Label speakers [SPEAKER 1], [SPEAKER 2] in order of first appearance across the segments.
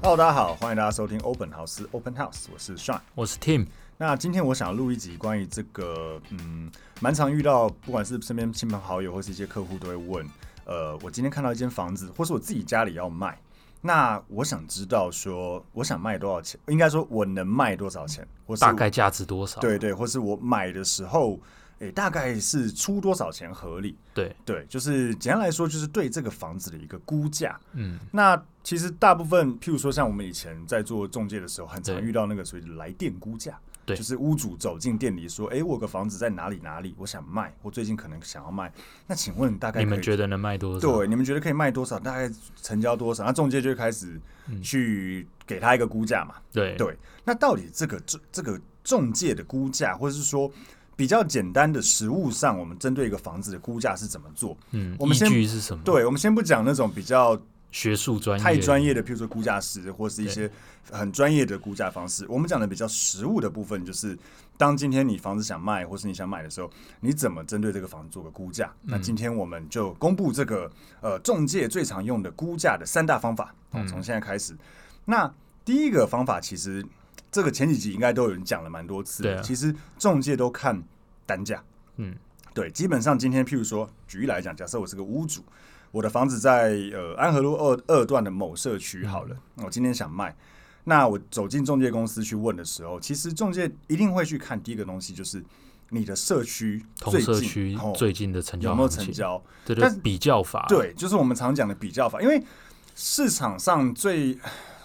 [SPEAKER 1] Hello，大家好，欢迎大家收听 Open House Open House，我是 Sean。
[SPEAKER 2] 我是 Tim，
[SPEAKER 1] 那今天我想录一集关于这个，嗯，蛮常遇到，不管是身边亲朋好友或是一些客户都会问，呃，我今天看到一间房子，或是我自己家里要卖，那我想知道说，我想卖多少钱？应该说我能卖多少钱，或是
[SPEAKER 2] 大概价值多少？
[SPEAKER 1] 对对，或是我买的时候，诶，大概是出多少钱合理？
[SPEAKER 2] 对，
[SPEAKER 1] 对，就是简单来说，就是对这个房子的一个估价。
[SPEAKER 2] 嗯，
[SPEAKER 1] 那其实大部分，譬如说像我们以前在做中介的时候，很常
[SPEAKER 2] 对
[SPEAKER 1] 遇到那个所谓的来电估价，
[SPEAKER 2] 对
[SPEAKER 1] 就是屋主走进店里说：“哎，我有个房子在哪里哪里，我想卖，我最近可能想要卖。”那请问大概
[SPEAKER 2] 你们
[SPEAKER 1] 可以
[SPEAKER 2] 觉得能卖多少？
[SPEAKER 1] 对，你们觉得可以卖多少？大概成交多少？那中介就会开始去给他一个估价嘛。
[SPEAKER 2] 嗯对
[SPEAKER 1] 对，那到底这个这这个中介的估价，或者是说比较简单的实物上，我们针对一个房子的估价是怎么做？
[SPEAKER 2] 嗯，
[SPEAKER 1] 我们
[SPEAKER 2] 依
[SPEAKER 1] 先
[SPEAKER 2] 据是什么？，
[SPEAKER 1] 对，我们先不讲那种比较
[SPEAKER 2] 学术专业
[SPEAKER 1] 太专业的，譬如说估价师或是一些很专业的估价方式。我们讲的比较实务的部分，就是当今天你房子想卖或是你想买的时候，你怎么针对这个房子做个估价？
[SPEAKER 2] 嗯
[SPEAKER 1] 那今天我们就公布这个呃中介最常用的估价的三大方法，哦
[SPEAKER 2] 嗯
[SPEAKER 1] 从、现在开始。那第一个方法其实这个前几集应该都有人讲了蛮多次的，
[SPEAKER 2] 对啊
[SPEAKER 1] 其实中介都看单价。
[SPEAKER 2] 嗯，
[SPEAKER 1] 对，基本上今天，譬如说，举例来讲，假设我是个屋主，我的房子在呃安和路二二段的某社区
[SPEAKER 2] 嗯
[SPEAKER 1] 好了，我今天想卖，那我走进中介公司去问的时候，其实中介一定会去看第一个东西，就是你的社区
[SPEAKER 2] 同
[SPEAKER 1] 最近
[SPEAKER 2] 社区
[SPEAKER 1] 哦
[SPEAKER 2] 最近的成交
[SPEAKER 1] 有没有
[SPEAKER 2] 行
[SPEAKER 1] 成
[SPEAKER 2] 情，
[SPEAKER 1] 交？
[SPEAKER 2] 对
[SPEAKER 1] 但
[SPEAKER 2] 对
[SPEAKER 1] 是，
[SPEAKER 2] 比较法，，
[SPEAKER 1] 对，就是我们常讲的比较法，因为市场上最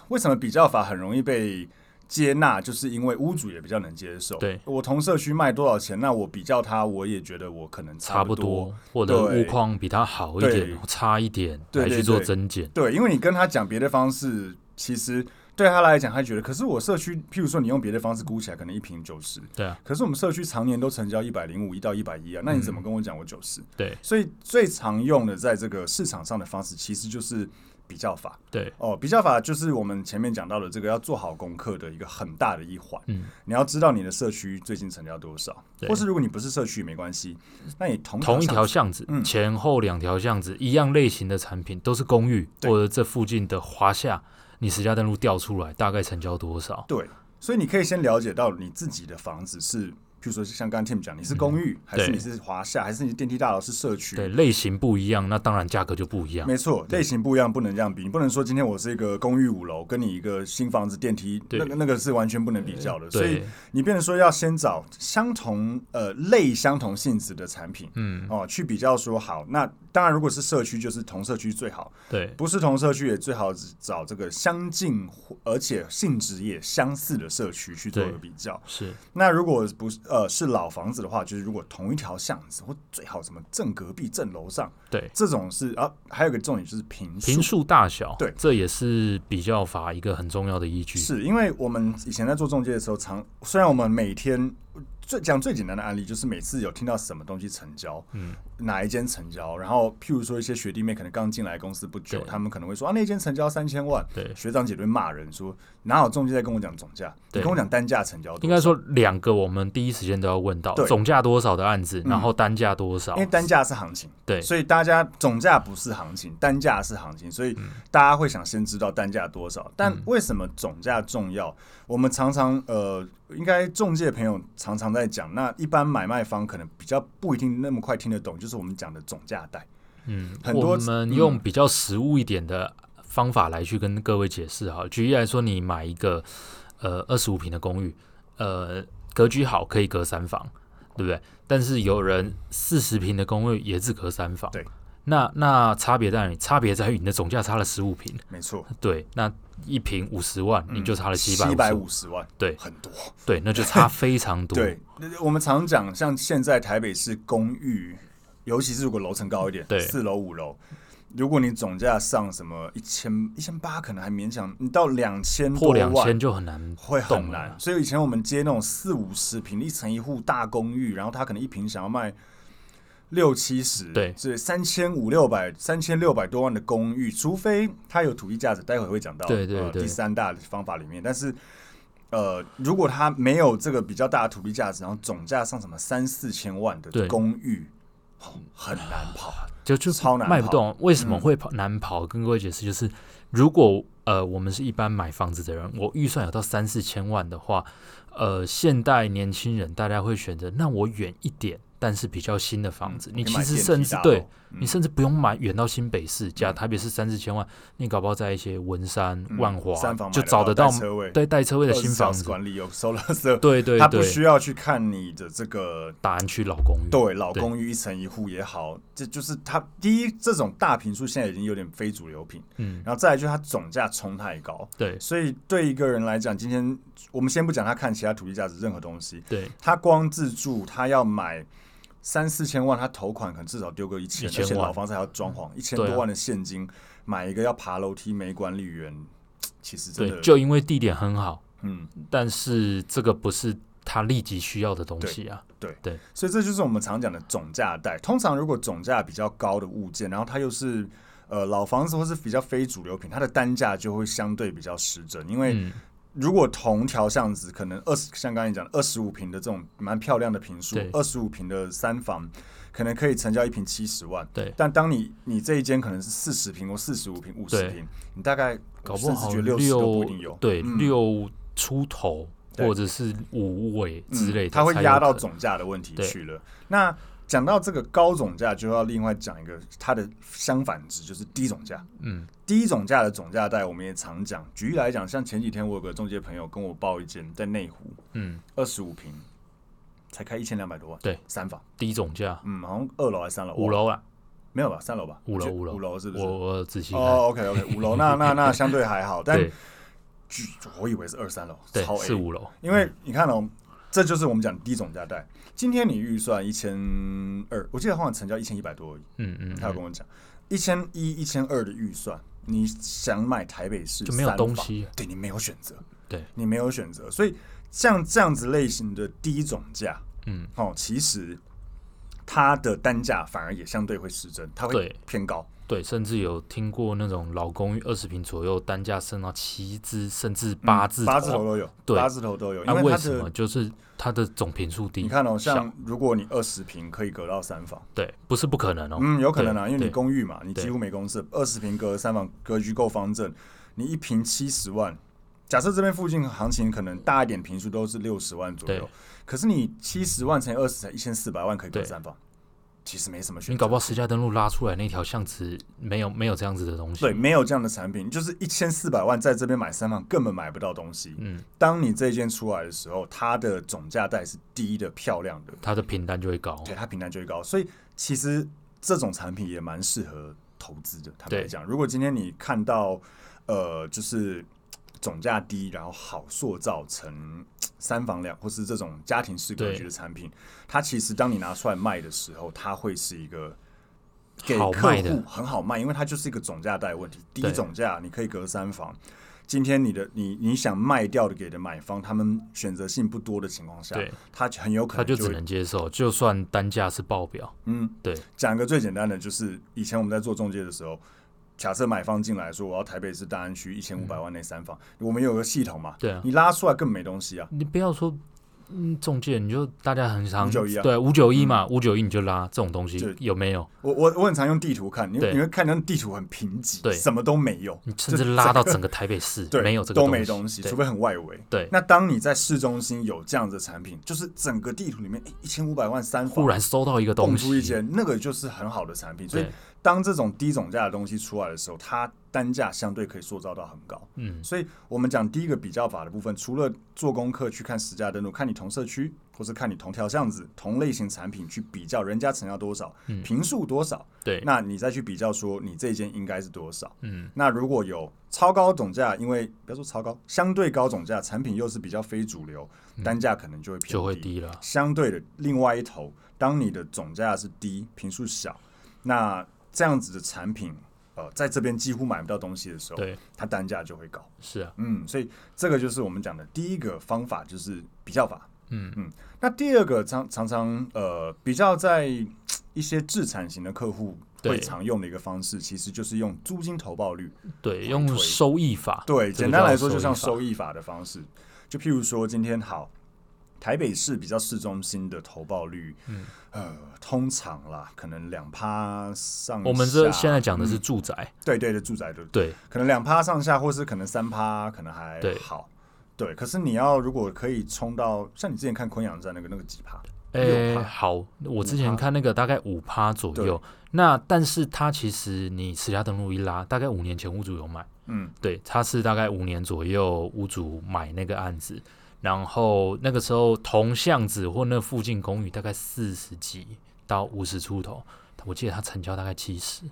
[SPEAKER 1] 为什么比较法很容易被接纳，就是因为屋主也比较能接受。
[SPEAKER 2] 对
[SPEAKER 1] 我同社区卖多少钱，那我比较它，我也觉得我可能
[SPEAKER 2] 差
[SPEAKER 1] 不
[SPEAKER 2] 不多，或者
[SPEAKER 1] 对
[SPEAKER 2] 物况比它好一
[SPEAKER 1] 对
[SPEAKER 2] 点，差一点
[SPEAKER 1] 对
[SPEAKER 2] 来
[SPEAKER 1] 对
[SPEAKER 2] 去做
[SPEAKER 1] 对
[SPEAKER 2] 增减，
[SPEAKER 1] 对，因为你跟他讲别的方式，其实对他来讲，他觉得，可是我社区，譬如说你用别的方式估起来，可能一瓶九十，
[SPEAKER 2] 对啊，
[SPEAKER 1] 可是我们社区常年都成交一百零五一到一百一啊，那你怎么跟我讲我九十、
[SPEAKER 2] 对
[SPEAKER 1] 所以最常用的在这个市场上的方式，其实就是比较法。
[SPEAKER 2] 对，
[SPEAKER 1] 哦，比较法就是我们前面讲到的这个要做好功课的一个很大的一环。
[SPEAKER 2] 嗯，
[SPEAKER 1] 你要知道你的社区最近成交多少，
[SPEAKER 2] 对
[SPEAKER 1] 或是如果你不是社区也没关系，那你同
[SPEAKER 2] 同一条
[SPEAKER 1] 巷子
[SPEAKER 2] 巷子
[SPEAKER 1] 嗯
[SPEAKER 2] 前后两条巷子一样类型的产品都是公寓，
[SPEAKER 1] 对
[SPEAKER 2] 或者这附近的华夏，你实价登录调出来大概成交多少？
[SPEAKER 1] 对，所以你可以先了解到你自己的房子是，譬如说像刚刚 Tim 讲，你是公寓，还是
[SPEAKER 2] 嗯对
[SPEAKER 1] 你是华夏，还是你电梯大楼是社区？
[SPEAKER 2] 对，类型不一样，那当然价格就不一样。
[SPEAKER 1] 没错，类型不一样，不能这样比。你不能说今天我是一个公寓五楼，跟你一个新房子电梯，
[SPEAKER 2] 对
[SPEAKER 1] 那个那个是完全不能比较的。所以
[SPEAKER 2] 对，
[SPEAKER 1] 你变成说要先找相同呃类相同性质的产品
[SPEAKER 2] 嗯，
[SPEAKER 1] 哦，去比较说好。那当然，如果是社区，就是同社区最好；
[SPEAKER 2] 对，
[SPEAKER 1] 不是同社区，也最好找这个相近而且性质也相似的社区去做
[SPEAKER 2] 对
[SPEAKER 1] 个比较。
[SPEAKER 2] 是。
[SPEAKER 1] 那如果不是呃是老房子的话，就是如果同一条巷子或最好什么正隔壁、正楼上
[SPEAKER 2] 对，
[SPEAKER 1] 这种是啊，还有一个重点就是平数。
[SPEAKER 2] 平数大小，
[SPEAKER 1] 对
[SPEAKER 2] 这也是比较法一个很重要的依据。
[SPEAKER 1] 是因为我们以前在做中介的时候，常虽然我们每天最讲最简单的案例，就是每次有听到什么东西成交，
[SPEAKER 2] 嗯，
[SPEAKER 1] 哪一间成交，然后譬如说一些学弟妹可能刚进来公司不久，
[SPEAKER 2] 对
[SPEAKER 1] 他们可能会说啊那间成交三千万，
[SPEAKER 2] 对，
[SPEAKER 1] 学长姐都会骂人说哪有中介在跟我讲总价，你
[SPEAKER 2] 对
[SPEAKER 1] 跟我讲单价成交多少，
[SPEAKER 2] 应该说两个我们第一时间都要问到
[SPEAKER 1] 对
[SPEAKER 2] 总价多少的案子，
[SPEAKER 1] 嗯
[SPEAKER 2] 然后单价多少
[SPEAKER 1] 因为，单价是行情，
[SPEAKER 2] 对
[SPEAKER 1] 所以大家总价不是行情，单价是行情，所以
[SPEAKER 2] 嗯
[SPEAKER 1] 大家会想先知道单价多少。但为什么总价重要？我们常常呃，应该中介朋友常常在讲，那一般买卖方可能比较不一定那么快听得懂，就是我们讲的总价带。
[SPEAKER 2] 嗯，
[SPEAKER 1] 很多
[SPEAKER 2] 我们用比较实务一点的方法来去跟各位解释哈。举例来说，你买一个呃二十五平的公寓，呃，格局好可以隔三房，对不对？但是有人四十平的公寓也只隔三房，
[SPEAKER 1] 对。
[SPEAKER 2] 那那差别在哪里？差别在于你的总价差了十五平，
[SPEAKER 1] 没错，
[SPEAKER 2] 对，那一瓶五十万，你就差了七百
[SPEAKER 1] 嗯七百五十万，
[SPEAKER 2] 对
[SPEAKER 1] 很多。
[SPEAKER 2] 对，那就差非常多。
[SPEAKER 1] 对，那我们常讲，像现在台北市公寓，尤其是如果楼层高一点，
[SPEAKER 2] 对
[SPEAKER 1] 四楼五楼，如果你总价上什么一千一千八，可能还勉强，你到两千多
[SPEAKER 2] 破两
[SPEAKER 1] 万
[SPEAKER 2] 千就很难
[SPEAKER 1] 会很
[SPEAKER 2] 动
[SPEAKER 1] 难
[SPEAKER 2] 了。。
[SPEAKER 1] 所以以前我们接那种四五十平一层一户大公寓，然后他可能一平想要卖。六七十，
[SPEAKER 2] 对
[SPEAKER 1] 这三千五六百、三千六百多万的公寓，除非它有土地价值，待会会讲到，
[SPEAKER 2] 对对
[SPEAKER 1] 呃
[SPEAKER 2] 对
[SPEAKER 1] 第三大的方法里面，但是呃，如果它没有这个比较大的土地价值，然后总价上什么三四千万的
[SPEAKER 2] 对
[SPEAKER 1] 公寓，哦很难跑。啊
[SPEAKER 2] 就就
[SPEAKER 1] 超难
[SPEAKER 2] 卖不
[SPEAKER 1] 跑嗯
[SPEAKER 2] 动。为什么会跑难跑？跟各位解释，就是如果呃，我们是一般买房子的人，我预算有到三四千万的话，呃，现代年轻人大家会选择，那我远一点，但是比较新的房子，
[SPEAKER 1] 嗯
[SPEAKER 2] 你
[SPEAKER 1] 可以
[SPEAKER 2] 其
[SPEAKER 1] 买
[SPEAKER 2] 实
[SPEAKER 1] 电
[SPEAKER 2] 甚
[SPEAKER 1] 梯
[SPEAKER 2] 至
[SPEAKER 1] 大楼
[SPEAKER 2] 对
[SPEAKER 1] 嗯
[SPEAKER 2] 你甚至不用买远到新北市，假台北市三四千万，你搞不好在一些文山、
[SPEAKER 1] 嗯
[SPEAKER 2] 万华
[SPEAKER 1] 三房买
[SPEAKER 2] 就
[SPEAKER 1] 得
[SPEAKER 2] 找
[SPEAKER 1] 到
[SPEAKER 2] 得到
[SPEAKER 1] 带车位
[SPEAKER 2] 对带车位的新
[SPEAKER 1] 20
[SPEAKER 2] 房
[SPEAKER 1] 小时
[SPEAKER 2] 子，
[SPEAKER 1] 管理有哦收垃圾，
[SPEAKER 2] 对对
[SPEAKER 1] 他不需
[SPEAKER 2] 对，
[SPEAKER 1] 要去看你的这个
[SPEAKER 2] 大安区老公寓，
[SPEAKER 1] 对老
[SPEAKER 2] 对
[SPEAKER 1] 公寓一层一户也好，这就是他第一这种大平数现在已经有点非主流品，
[SPEAKER 2] 嗯，
[SPEAKER 1] 然后再来就是它总价冲太高，
[SPEAKER 2] 对
[SPEAKER 1] 所以对一个人来讲，今天我们先不讲他看其他土地价值任何东西，
[SPEAKER 2] 对，
[SPEAKER 1] 他光自住，他要买三四千万，他头款可能至少丢个一千，
[SPEAKER 2] 1000
[SPEAKER 1] 而且
[SPEAKER 2] 万
[SPEAKER 1] 老房子还要装潢，一千
[SPEAKER 2] 对啊
[SPEAKER 1] 多万的现金、买一个要爬楼梯没管理员，其实真
[SPEAKER 2] 对，
[SPEAKER 1] 的
[SPEAKER 2] 就因为地点很好，
[SPEAKER 1] 嗯，
[SPEAKER 2] 但是这个不是他立即需要的东西啊。
[SPEAKER 1] 所以这就是我们常讲的总价带。通常如果总价比较高的物件，然后它又是呃老房子或是比较非主流品，它的单价就会相对比较失真，因为
[SPEAKER 2] 嗯，
[SPEAKER 1] 如果同条巷子，可能二十，像刚才你讲二十五平的这种蛮漂亮的平数
[SPEAKER 2] 对，
[SPEAKER 1] 二十五平的三房，可能可以成交一平七十万。
[SPEAKER 2] 对
[SPEAKER 1] 但当你你这一间可能是四十平或四十五平、五十
[SPEAKER 2] 对
[SPEAKER 1] 平，你大概
[SPEAKER 2] 搞不好
[SPEAKER 1] 甚至觉得60都不一定有
[SPEAKER 2] 六对
[SPEAKER 1] 嗯
[SPEAKER 2] 六出头
[SPEAKER 1] 对
[SPEAKER 2] 或者是五尾之类的，
[SPEAKER 1] 嗯它会
[SPEAKER 2] 才有
[SPEAKER 1] 压到
[SPEAKER 2] 可能
[SPEAKER 1] 总价的问题
[SPEAKER 2] 对
[SPEAKER 1] 去了。那讲到这个高总价，就要另外讲一个它的相反值，就是低总价。
[SPEAKER 2] 嗯，
[SPEAKER 1] 低总价的总价带，我们也常讲。举例来讲，像前几天我有个中介朋友跟我报一间在内湖
[SPEAKER 2] 嗯，
[SPEAKER 1] 二十五平，才开一千两百多万，
[SPEAKER 2] 对，
[SPEAKER 1] 三房。
[SPEAKER 2] 低总价
[SPEAKER 1] 嗯，好像二楼还是三楼？
[SPEAKER 2] 五
[SPEAKER 1] 忘了
[SPEAKER 2] 楼啊，
[SPEAKER 1] 没有吧？三楼吧？
[SPEAKER 2] 五楼
[SPEAKER 1] 就
[SPEAKER 2] 五楼
[SPEAKER 1] 五楼是不是？
[SPEAKER 2] 我我仔细看，
[SPEAKER 1] 哦，OK OK，五楼那那那相对还好，但
[SPEAKER 2] 对
[SPEAKER 1] 据我以为是二三楼，
[SPEAKER 2] 对
[SPEAKER 1] 超 A，
[SPEAKER 2] 是五楼，
[SPEAKER 1] 因为你看哦，这就是我们讲低总价带。今天你预算一千二，我记得好像成交一千一百多而已，
[SPEAKER 2] 嗯嗯，
[SPEAKER 1] 他有
[SPEAKER 2] 嗯
[SPEAKER 1] 跟我讲一千一、一千二的预算，你想买台北市
[SPEAKER 2] 就没有
[SPEAKER 1] 三房
[SPEAKER 2] 东西，
[SPEAKER 1] 对你没有选择，
[SPEAKER 2] 对
[SPEAKER 1] 你没有选择，所以像这样子类型的低总价，
[SPEAKER 2] 嗯，
[SPEAKER 1] 哦，其实它的单价反而也相对会失真，它会
[SPEAKER 2] 对
[SPEAKER 1] 偏高，
[SPEAKER 2] 对，甚至有听过那种老公寓二十平左右，单价升到七字甚至八字、
[SPEAKER 1] 嗯八字头。都有，
[SPEAKER 2] 对
[SPEAKER 1] 八字头都有，因
[SPEAKER 2] 那、啊为
[SPEAKER 1] 它
[SPEAKER 2] 什么
[SPEAKER 1] 的
[SPEAKER 2] 就是它的总平数低？
[SPEAKER 1] 你看哦，
[SPEAKER 2] 小
[SPEAKER 1] 像如果你二十平可以隔到三房，
[SPEAKER 2] 对，不是不可能哦。
[SPEAKER 1] 嗯，有可能啊，
[SPEAKER 2] 对
[SPEAKER 1] 因为你
[SPEAKER 2] 对
[SPEAKER 1] 公寓嘛，你
[SPEAKER 2] 对
[SPEAKER 1] 几乎没公设，二十平隔三房，格局够方正，你一平七十万。假设这边附近行情可能大一点，平数都是六十万左右
[SPEAKER 2] 对，
[SPEAKER 1] 可是你七十万乘以二十才一千四百万可以隔
[SPEAKER 2] 对
[SPEAKER 1] 三房，其实没什么选择。
[SPEAKER 2] 你搞不好私家登录拉出来那条巷子没有没有这样子的东西。
[SPEAKER 1] 对，没有这样的产品，就是一千四百万在这边买三房根本买不到东西。
[SPEAKER 2] 嗯，
[SPEAKER 1] 当你这一件出来的时候，它的总价带是低的、漂亮的，
[SPEAKER 2] 它的平单就会高。
[SPEAKER 1] 对它平台就会高。所以其实这种产品也蛮适合投资的。坦白
[SPEAKER 2] 对
[SPEAKER 1] 讲，如果今天你看到呃，就是总价低，然后好塑造成三房两或是这种家庭式格
[SPEAKER 2] 对
[SPEAKER 1] 局的产品，它其实当你拿出来卖的时候，它会是一个。给
[SPEAKER 2] 好
[SPEAKER 1] 客
[SPEAKER 2] 卖的
[SPEAKER 1] 户很好卖，因为它就是一个总价带问题。低
[SPEAKER 2] 对
[SPEAKER 1] 总价你可以隔三房，今天你的你你想卖掉的给的买方，他们选择性不多的情况下
[SPEAKER 2] 对，
[SPEAKER 1] 他很有可
[SPEAKER 2] 他
[SPEAKER 1] 能
[SPEAKER 2] 就
[SPEAKER 1] 会
[SPEAKER 2] 只能接受，就算单价是爆表，
[SPEAKER 1] 嗯，
[SPEAKER 2] 对，
[SPEAKER 1] 讲个最简单的，就是以前我们在做中介的时候，假设买方进来说我要台北市大安区一千五百万内三房，我们有个系统嘛，
[SPEAKER 2] 对啊
[SPEAKER 1] 你拉出来更没东西啊，
[SPEAKER 2] 你不要说嗯中介，你就大家很常
[SPEAKER 1] 591啊
[SPEAKER 2] 对五九一嘛，五九一你就拉这种东西
[SPEAKER 1] 对
[SPEAKER 2] 有没有？
[SPEAKER 1] 我我我很常用地图看，你
[SPEAKER 2] 对
[SPEAKER 1] 你会看到地图很贫瘠，
[SPEAKER 2] 对
[SPEAKER 1] 什么都没有，
[SPEAKER 2] 你甚至拉到整个台北市
[SPEAKER 1] 对，
[SPEAKER 2] 没有这个
[SPEAKER 1] 都没
[SPEAKER 2] 东
[SPEAKER 1] 东
[SPEAKER 2] 西，
[SPEAKER 1] 西，
[SPEAKER 2] 对
[SPEAKER 1] 除非很外围。
[SPEAKER 2] 对
[SPEAKER 1] 那当你在市中心有这样的产品，就是整个地图里面一千五百万三
[SPEAKER 2] 忽
[SPEAKER 1] 房。
[SPEAKER 2] 然收到一个
[SPEAKER 1] 蹦
[SPEAKER 2] 东
[SPEAKER 1] 出一
[SPEAKER 2] 西，
[SPEAKER 1] 间，那个就是很好的产品。所以
[SPEAKER 2] 对，
[SPEAKER 1] 当这种低总价的东西出来的时候，它单价相对可以塑造到很高。
[SPEAKER 2] 嗯，
[SPEAKER 1] 所以我们讲第一个比较法的部分，除了做功课去看实价登录，看你同社区或是看你同条巷子、同类型产品去比较人家成交多少、
[SPEAKER 2] 嗯
[SPEAKER 1] 平数多少，
[SPEAKER 2] 对，
[SPEAKER 1] 那你再去比较说你这间应该是多少。
[SPEAKER 2] 嗯，
[SPEAKER 1] 那如果有超高总价，因为不要说超高，相对高总价产品又是比较非主流，单价可能就会偏
[SPEAKER 2] 嗯就会低了。
[SPEAKER 1] 相对的另外一头，当你的总价是低、平数小，那这样子的产品，呃，在这边几乎买不到东西的时候，
[SPEAKER 2] 对，
[SPEAKER 1] 它单价就会高。
[SPEAKER 2] 是啊，
[SPEAKER 1] 嗯，所以这个就是我们讲的第一个方法，就是比较法。
[SPEAKER 2] 嗯
[SPEAKER 1] 嗯，那第二个常常常呃比较在嘖一些自产型的客户会
[SPEAKER 2] 对
[SPEAKER 1] 常用的一个方式，其实就是用租金投报率。
[SPEAKER 2] 对，
[SPEAKER 1] 回
[SPEAKER 2] 用
[SPEAKER 1] 推
[SPEAKER 2] 收益法，
[SPEAKER 1] 对，
[SPEAKER 2] 这个
[SPEAKER 1] 简单来
[SPEAKER 2] 叫
[SPEAKER 1] 说就像
[SPEAKER 2] 收益
[SPEAKER 1] 收益法的方式，就譬如说今天好，台北市比较市中心的投报率，嗯，呃，通常啦，可能两趴上下。
[SPEAKER 2] 我们这现在讲
[SPEAKER 1] 嗯
[SPEAKER 2] 的是住宅，
[SPEAKER 1] 对对的住宅的，
[SPEAKER 2] 对
[SPEAKER 1] 可能两趴上下，或是可能三趴，可能还
[SPEAKER 2] 对
[SPEAKER 1] 好。对，可是你要如果可以冲到像你之前看昆阳站那个那个几趴，
[SPEAKER 2] 诶、
[SPEAKER 1] 六趴
[SPEAKER 2] 好，我之
[SPEAKER 1] 五
[SPEAKER 2] 前
[SPEAKER 1] 趴
[SPEAKER 2] 看那个大概五趴左右
[SPEAKER 1] 对，
[SPEAKER 2] 那但是它其实你持家登录一拉，大概五年前屋主有买，
[SPEAKER 1] 嗯，
[SPEAKER 2] 对，它是大概五年左右屋主买那个案子，然后那个时候同巷子或那附近公寓大概四十几到五十出头，我记得它成交大概七十，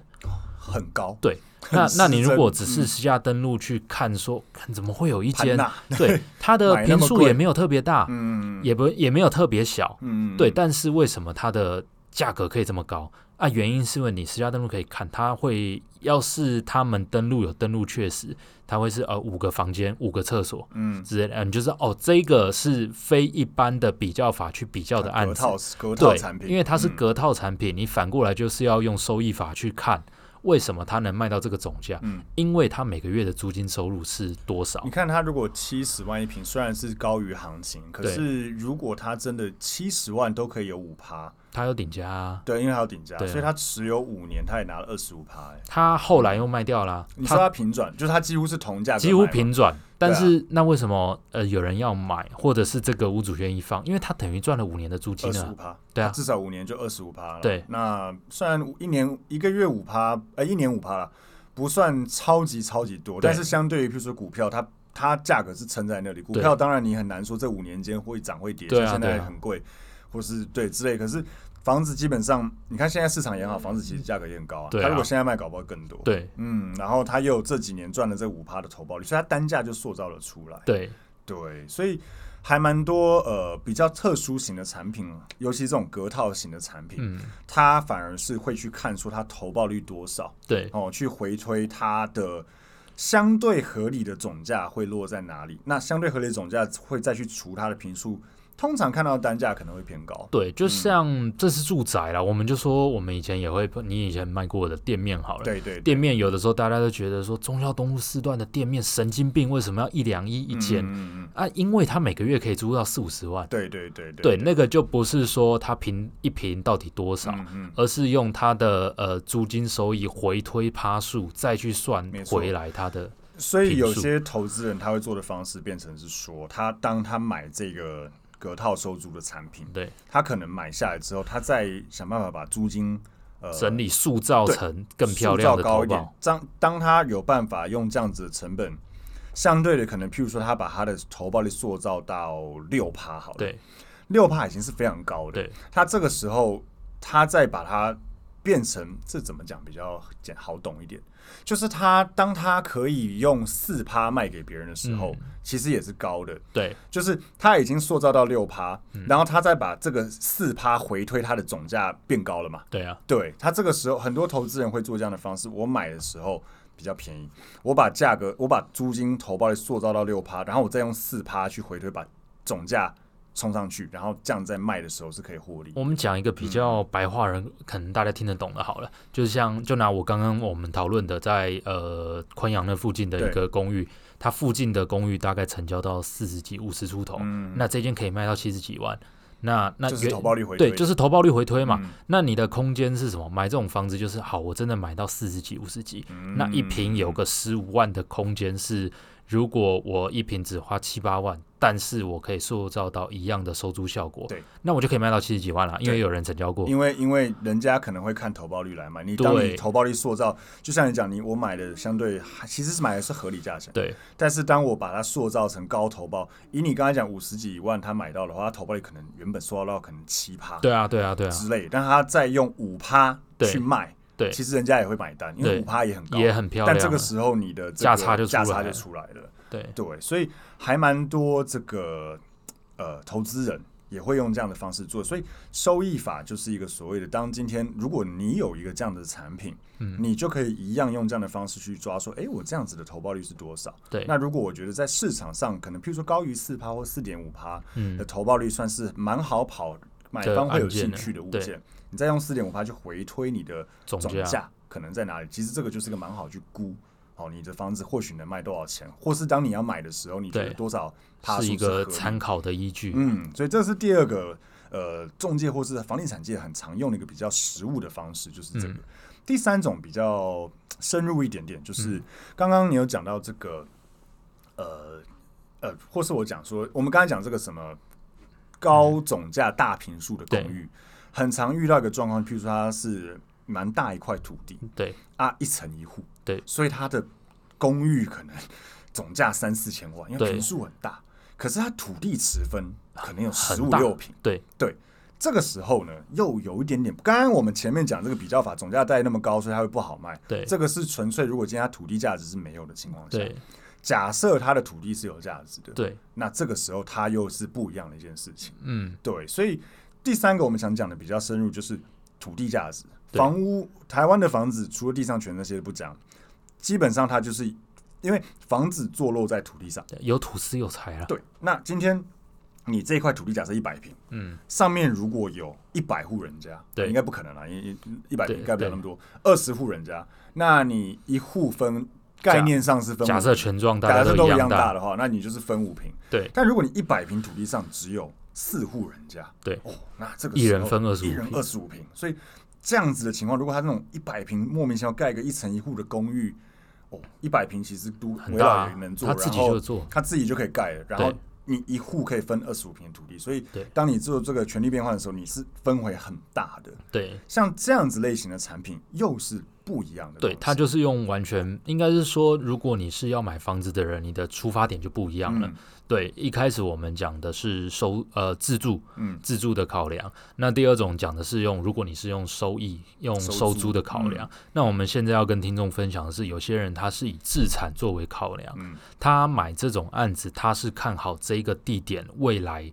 [SPEAKER 1] 很高。
[SPEAKER 2] 对，那那你如 果
[SPEAKER 1] 是嗯
[SPEAKER 2] 只是实价登录去看说，看怎么会有一
[SPEAKER 1] 盘
[SPEAKER 2] 间
[SPEAKER 1] 呐
[SPEAKER 2] 对它的
[SPEAKER 1] 买那
[SPEAKER 2] 平
[SPEAKER 1] 么
[SPEAKER 2] 数
[SPEAKER 1] 贵
[SPEAKER 2] 也没有特别大，
[SPEAKER 1] 嗯
[SPEAKER 2] 也不也没有特别小，
[SPEAKER 1] 嗯
[SPEAKER 2] 对，但是为什么它的价格可以这么高啊？原因是因为你私家登录可以看，它会要是他们登录有登录确实，它会是呃五个房间、五个厕所
[SPEAKER 1] 嗯
[SPEAKER 2] 之类的，呃你就是哦这个是非一般的比较法去比较的案
[SPEAKER 1] 嗯啊隔
[SPEAKER 2] 子，
[SPEAKER 1] 套隔套
[SPEAKER 2] 对
[SPEAKER 1] 产，品，
[SPEAKER 2] 因为它是
[SPEAKER 1] 嗯
[SPEAKER 2] 隔套产品，你反过来就是要用收益法去看。为什么它能卖到这个总价？
[SPEAKER 1] 嗯
[SPEAKER 2] 因为它每个月的租金收入是多少
[SPEAKER 1] 你？看它如果七十万一平，虽然是高于行情，可
[SPEAKER 2] 对
[SPEAKER 1] 是如果它真的七十万都可以有五趴，
[SPEAKER 2] 它有顶价、啊，
[SPEAKER 1] 对，因为它有顶价，
[SPEAKER 2] 对啊
[SPEAKER 1] 所以它持有五年，它也拿了二十五趴。欸
[SPEAKER 2] 它后来又卖掉啦。
[SPEAKER 1] 你说
[SPEAKER 2] 它
[SPEAKER 1] 它平转，就是它几乎是同价格
[SPEAKER 2] 几乎
[SPEAKER 1] 卖嘛，
[SPEAKER 2] 平转，但
[SPEAKER 1] 对啊
[SPEAKER 2] 是那为什么呃有人要买，或者是这个屋主愿意放？因为它等于赚了五年的租金
[SPEAKER 1] 二十
[SPEAKER 2] 啊
[SPEAKER 1] 五。趴，
[SPEAKER 2] 对啊
[SPEAKER 1] 它至少五年就二十五趴了。
[SPEAKER 2] 对
[SPEAKER 1] 那虽然一年一个月五趴，呃，一年五趴了，不算超级超级多，
[SPEAKER 2] 对
[SPEAKER 1] 但是相对于譬如说股票，它。它价格是撑在那里，股
[SPEAKER 2] 对
[SPEAKER 1] 票当然你很难说这五年间会涨会跌，
[SPEAKER 2] 对啊
[SPEAKER 1] 像现在
[SPEAKER 2] 对啊
[SPEAKER 1] 很贵，或是对之类。可是房子基本上，你看现在市场也好，房子其实价格也很高啊。
[SPEAKER 2] 嗯对啊
[SPEAKER 1] 它如果现在卖，搞不好更多。，
[SPEAKER 2] 对
[SPEAKER 1] 嗯，然后它又有这几年赚了这五趴的投报率，所以它单价就塑造了出来。
[SPEAKER 2] 对，
[SPEAKER 1] 对，所以还蛮多呃比较特殊型的产品，尤其这种隔套型的产品，
[SPEAKER 2] 嗯，
[SPEAKER 1] 它反而是会去看说它投报率多少
[SPEAKER 2] 对
[SPEAKER 1] 哦，去回推它的相对合理的总价会落在哪里。那相对合理的总价会再去除它的平数，通常看到的单价可能会偏高。
[SPEAKER 2] 对，就
[SPEAKER 1] 嗯
[SPEAKER 2] 像这是住宅啦，我们就说我们以前也会，你以前卖过的店面好了，
[SPEAKER 1] 对对，
[SPEAKER 2] 店面有的时候大家都觉得说中孝东路四段的店面神经病，为什么要一两一一间、
[SPEAKER 1] 嗯嗯嗯，
[SPEAKER 2] 啊？因为它每个月可以租到四五十万，
[SPEAKER 1] 对对对
[SPEAKER 2] 对，那个就不是说它平一平到底多少，
[SPEAKER 1] 嗯嗯，
[SPEAKER 2] 而是用它的呃租金收益回推趴数，再去算
[SPEAKER 1] 没错
[SPEAKER 2] 回来它的
[SPEAKER 1] 所以
[SPEAKER 2] 平
[SPEAKER 1] 有
[SPEAKER 2] 数
[SPEAKER 1] 些投资人他会做的方式变成是说，他当他买这个隔套收租的产品。
[SPEAKER 2] 对
[SPEAKER 1] 他可能买下来之后，他再想办法把租金呃
[SPEAKER 2] 整理塑造
[SPEAKER 1] 对
[SPEAKER 2] 成更漂亮
[SPEAKER 1] 塑
[SPEAKER 2] 的
[SPEAKER 1] 造高
[SPEAKER 2] 投
[SPEAKER 1] 一点
[SPEAKER 2] 保。。
[SPEAKER 1] 当当他有办法用这样子的成本，相对的可能，譬如说他把他的投报率塑造到六趴好了，，
[SPEAKER 2] 对
[SPEAKER 1] 六趴已经是非常高的。
[SPEAKER 2] 对
[SPEAKER 1] 他这个时候，他再把它变成这怎么讲比较简好懂一点，就是他当他可以用四趴卖给别人的时
[SPEAKER 2] 嗯
[SPEAKER 1] 候，其实也是高的。
[SPEAKER 2] 对
[SPEAKER 1] 就是他已经塑造到六趴，
[SPEAKER 2] 嗯
[SPEAKER 1] 然后他再把这个四趴回推，它的总价变高了嘛？
[SPEAKER 2] 对啊，
[SPEAKER 1] 对他这个时候，很多投资人会做这样的方式。我买的时候比较便宜，我把价格，我把租金投报率塑造到六趴，然后我再用四趴去回推，把总价冲上去，然后这样在卖的时候是可以获利。
[SPEAKER 2] 我们讲一个比
[SPEAKER 1] 嗯
[SPEAKER 2] 较白话人、可能大家听得懂的，好了，就像就拿我刚刚我们讨论的在，呃昆阳那附近的一个公寓，它附近的公寓大概成交到四十几、五十出头，
[SPEAKER 1] 嗯，
[SPEAKER 2] 那这间可以卖到七十几万。那那
[SPEAKER 1] 就是
[SPEAKER 2] 原
[SPEAKER 1] 投报率回推
[SPEAKER 2] 对，就是投报率回推嘛。
[SPEAKER 1] 嗯
[SPEAKER 2] 那你的空间是什么？买这种房子就是好，我真的买到四十几、五十几，
[SPEAKER 1] 嗯
[SPEAKER 2] 那一平有个十五万的空间是，如果我一平只花七八万，但是我可以塑造到一样的收租效果，
[SPEAKER 1] 对，
[SPEAKER 2] 那我就可以卖到七十几万了，因为
[SPEAKER 1] 对
[SPEAKER 2] 有人成交过，
[SPEAKER 1] 因为因为人家可能会看投报率来买，你当你
[SPEAKER 2] 对
[SPEAKER 1] 投报率塑造，就像你讲，你我买的相对还其实是买的是合理价钱，
[SPEAKER 2] 对
[SPEAKER 1] 但是当我把它塑造成高投报，以你刚才讲五十几万他买到的话，他投报率可能原本塑造到可能七趴
[SPEAKER 2] 对啊，对啊，对啊，
[SPEAKER 1] 之类，但他再用五趴
[SPEAKER 2] 对
[SPEAKER 1] 去卖，
[SPEAKER 2] 对
[SPEAKER 1] 其实人家也会买单，因为
[SPEAKER 2] 对
[SPEAKER 1] 五趴也很高，
[SPEAKER 2] 也很漂
[SPEAKER 1] 但
[SPEAKER 2] 亮啊，
[SPEAKER 1] 这个时候你的这个
[SPEAKER 2] 价差就出
[SPEAKER 1] 价
[SPEAKER 2] 来
[SPEAKER 1] 差
[SPEAKER 2] 了
[SPEAKER 1] 就出来了，
[SPEAKER 2] 对
[SPEAKER 1] 对，所以还蛮多这个呃投资人。也会用这样的方式做，所以收益法就是一个所谓的，当今天如果你有一个这样的产品，
[SPEAKER 2] 嗯
[SPEAKER 1] 你就可以一样用这样的方式去抓，说，诶，我这样子的投报率是多少？
[SPEAKER 2] 对，
[SPEAKER 1] 那如果我觉得在市场上可能，譬如说高于四趴或四点五趴的
[SPEAKER 2] 嗯，
[SPEAKER 1] 投报率，算是蛮好跑，买方会有兴趣的物
[SPEAKER 2] 对
[SPEAKER 1] 件。你再用四点五趴去回推你的
[SPEAKER 2] 总
[SPEAKER 1] 总
[SPEAKER 2] 价
[SPEAKER 1] 价可能在哪里？其实这个就是个蛮好去估哦，你的房子或许能卖多少钱，或是当你要买的时候，你觉得
[SPEAKER 2] 对
[SPEAKER 1] 多少趴数
[SPEAKER 2] 是一
[SPEAKER 1] 合
[SPEAKER 2] 个
[SPEAKER 1] 理
[SPEAKER 2] 参考的依据。
[SPEAKER 1] 嗯，所以这是第二个呃，中介或是房地产界很常用的一个比较实务的方式，就是这个。
[SPEAKER 2] 嗯
[SPEAKER 1] 第三种比较深入一点点，就是刚刚你有讲到这个，呃呃，或是我讲说，我们刚才讲这个什么高总价大平数的公寓，很常遇到一个状况，譬如说它是蛮大一块土地
[SPEAKER 2] 对
[SPEAKER 1] 啊，一层一户，
[SPEAKER 2] 对
[SPEAKER 1] 所以它的公寓可能总价三四千万，因为
[SPEAKER 2] 对
[SPEAKER 1] 平数很大，可是它土地持分可能有十五
[SPEAKER 2] 大
[SPEAKER 1] 六平，
[SPEAKER 2] 对
[SPEAKER 1] 这个时候呢，又有一点点。刚刚我们前面讲这个比较法，总价带那么高，所以它会不好卖。
[SPEAKER 2] 对
[SPEAKER 1] 这个是纯粹如果今天它土地价值是没有的情况下，
[SPEAKER 2] 对
[SPEAKER 1] 假设它的土地是有价值的，
[SPEAKER 2] 对，
[SPEAKER 1] 那这个时候它又是不一样的一件事情。
[SPEAKER 2] 嗯，
[SPEAKER 1] 对，所以第三个我们想讲的比较深入就是土地价值。
[SPEAKER 2] 对
[SPEAKER 1] 房屋台湾的房子除了地上权那些不讲，基本上它就是因为房子坐落在土地上。
[SPEAKER 2] 对有土司有财了。
[SPEAKER 1] 对，那今天你这块土地假设一百平，
[SPEAKER 2] 嗯，
[SPEAKER 1] 上面如果有一百户人家，
[SPEAKER 2] 对
[SPEAKER 1] 应该不可能啦，一一百平
[SPEAKER 2] 对
[SPEAKER 1] 盖不了那么多，二十户人家，那你一户分概念上是分五
[SPEAKER 2] 假设权状大
[SPEAKER 1] 假
[SPEAKER 2] 家
[SPEAKER 1] 设都
[SPEAKER 2] 一
[SPEAKER 1] 一样
[SPEAKER 2] 样
[SPEAKER 1] 大，的话，那你就是分五平。
[SPEAKER 2] 对
[SPEAKER 1] 但如果你一百平土地上只有四户人家，
[SPEAKER 2] 对
[SPEAKER 1] 哦，那这个
[SPEAKER 2] 一
[SPEAKER 1] 时
[SPEAKER 2] 人
[SPEAKER 1] 候
[SPEAKER 2] 分25
[SPEAKER 1] 一人
[SPEAKER 2] 平
[SPEAKER 1] 二十五平，所以这样子的情况，如果他那种一百平莫名其妙盖个一层一户的公寓，哦，一百平其实都
[SPEAKER 2] 很
[SPEAKER 1] 围
[SPEAKER 2] 大
[SPEAKER 1] 绕
[SPEAKER 2] 啊
[SPEAKER 1] 也能做，
[SPEAKER 2] 他自己
[SPEAKER 1] 然后
[SPEAKER 2] 就做
[SPEAKER 1] 他自己就可以盖了，然后
[SPEAKER 2] 对。
[SPEAKER 1] 你一户可以分二十五平的土地，所以
[SPEAKER 2] 对
[SPEAKER 1] 当你做这个权利变换的时候，你是分为很大的。
[SPEAKER 2] 对
[SPEAKER 1] 像这样子类型的产品又是不一样的东
[SPEAKER 2] 对
[SPEAKER 1] 西。，
[SPEAKER 2] 他就是用完全应该是说，如果你是要买房子的人，你的出发点就不一样了。
[SPEAKER 1] 嗯
[SPEAKER 2] 对，一开始我们讲的是收呃自住，
[SPEAKER 1] 嗯
[SPEAKER 2] 自住的考量。那第二种讲的是用，如果你是用收益、用
[SPEAKER 1] 收
[SPEAKER 2] 收
[SPEAKER 1] 租嗯
[SPEAKER 2] 租的考量。那我们现在要跟听众分享的是，有些人他是以自产作为考量，
[SPEAKER 1] 嗯
[SPEAKER 2] 他买这种案子，他是看好这个地点未来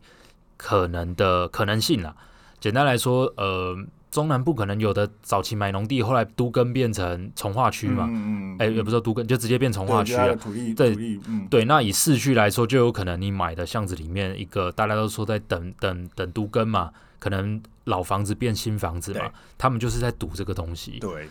[SPEAKER 2] 可能的可能性啊。简单来说，呃，中南部可能有的早期买农地，后来都更变成从化区嘛，
[SPEAKER 1] 嗯嗯
[SPEAKER 2] 哎、也不是说都更，就直接变从
[SPEAKER 1] 对
[SPEAKER 2] 化
[SPEAKER 1] 就
[SPEAKER 2] 区
[SPEAKER 1] 它
[SPEAKER 2] 啊
[SPEAKER 1] 的。土地
[SPEAKER 2] 对
[SPEAKER 1] 土地，嗯，
[SPEAKER 2] 对，那以市区来说，就有可能你买的巷子里面一个，大家都说在等等等都更嘛，可能老房子变新房子嘛
[SPEAKER 1] 对，
[SPEAKER 2] 他们就是在赌这个东西，
[SPEAKER 1] 对，